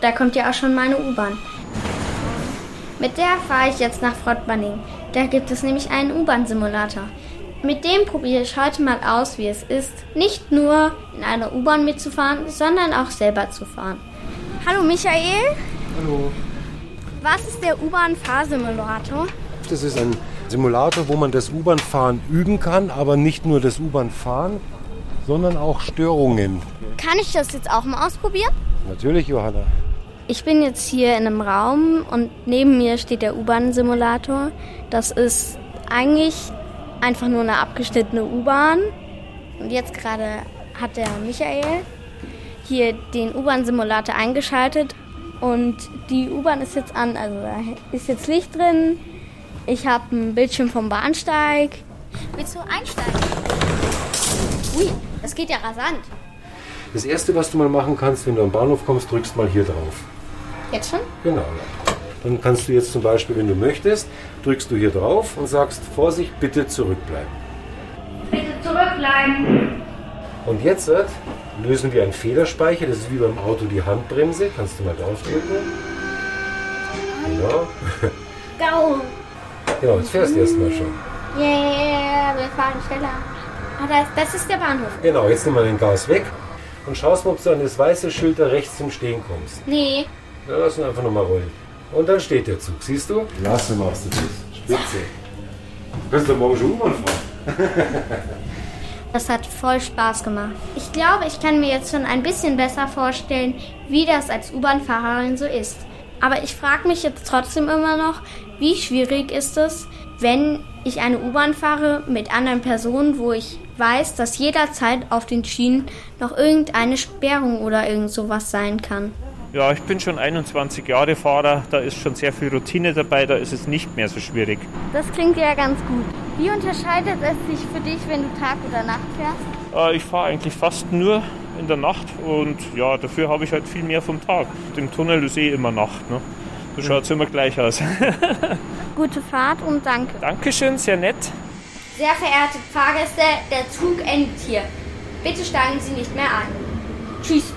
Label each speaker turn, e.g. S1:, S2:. S1: Da kommt ja auch schon meine U-Bahn. Mit der fahre ich jetzt nach Frottmanning. Da gibt es nämlich einen U-Bahn-Simulator. Mit dem probiere ich heute mal aus, wie es ist, nicht nur in einer U-Bahn mitzufahren, sondern auch selber zu fahren. Hallo Michael,
S2: Hallo.
S1: was ist der U-Bahn-Fahrsimulator?
S2: Das ist ein Simulator, wo man das U-Bahn-Fahren üben kann, aber nicht nur das U-Bahn-Fahren, sondern auch Störungen.
S1: Kann ich das jetzt auch mal ausprobieren?
S2: Natürlich, Johanna.
S1: Ich bin jetzt hier in einem Raum und neben mir steht der U-Bahn-Simulator. Das ist eigentlich einfach nur eine abgeschnittene U-Bahn. Und jetzt gerade hat der Michael hier den U-Bahn-Simulator eingeschaltet und die U-Bahn ist jetzt an, also da ist jetzt Licht drin. Ich habe einen Bildschirm vom Bahnsteig. Willst du einsteigen? Ui, das geht ja rasant.
S2: Das Erste, was du mal machen kannst, wenn du am Bahnhof kommst, drückst mal hier drauf.
S1: Jetzt schon?
S2: Genau. ja. Dann kannst du jetzt zum Beispiel, wenn du möchtest, drückst du hier drauf und sagst, Vorsicht, bitte zurückbleiben.
S3: Bitte zurückbleiben.
S2: Und jetzt äh, lösen wir einen Federspeicher. Das ist wie beim Auto die Handbremse. Kannst du mal draufdrücken. Genau.
S1: Go!
S2: Genau, jetzt fährst du erstmal schon.
S1: Yeah, wir fahren schneller. Ah, das, das ist der Bahnhof.
S2: Genau, jetzt nimm mal den Gas weg und schaust mal, ob du an das weiße Schild da rechts zum Stehen kommst.
S1: Nee.
S2: Dann lass ihn einfach nochmal rollen. Und dann steht der Zug, siehst du? Lass ihn machst du das. Spitze. Du kannst doch morgen schon U-Bahn fahren.
S1: Das hat voll Spaß gemacht. Ich glaube, ich kann mir jetzt schon ein bisschen besser vorstellen, wie das als U-Bahn-Fahrerin so ist. Aber ich frage mich jetzt trotzdem immer noch, wie schwierig ist es, wenn ich eine U-Bahn fahre mit anderen Personen, wo ich weiß, dass jederzeit auf den Schienen noch irgendeine Sperrung oder irgend sowas sein kann.
S4: Ja, ich bin schon 21 Jahre Fahrer, da ist schon sehr viel Routine dabei, da ist es nicht mehr so schwierig.
S1: Das klingt ja ganz gut. Wie unterscheidet es sich für dich, wenn du Tag oder Nacht fährst?
S4: Äh, Ich fahre eigentlich fast nur in der Nacht und ja, dafür habe ich halt viel mehr vom Tag. Im Tunnel ist eh immer Nacht, ne? Da schaut es immer gleich aus.
S1: Gute Fahrt und danke.
S4: Dankeschön, sehr nett.
S1: Sehr verehrte Fahrgäste, der Zug endet hier. Bitte steigen Sie nicht mehr ein. Tschüss.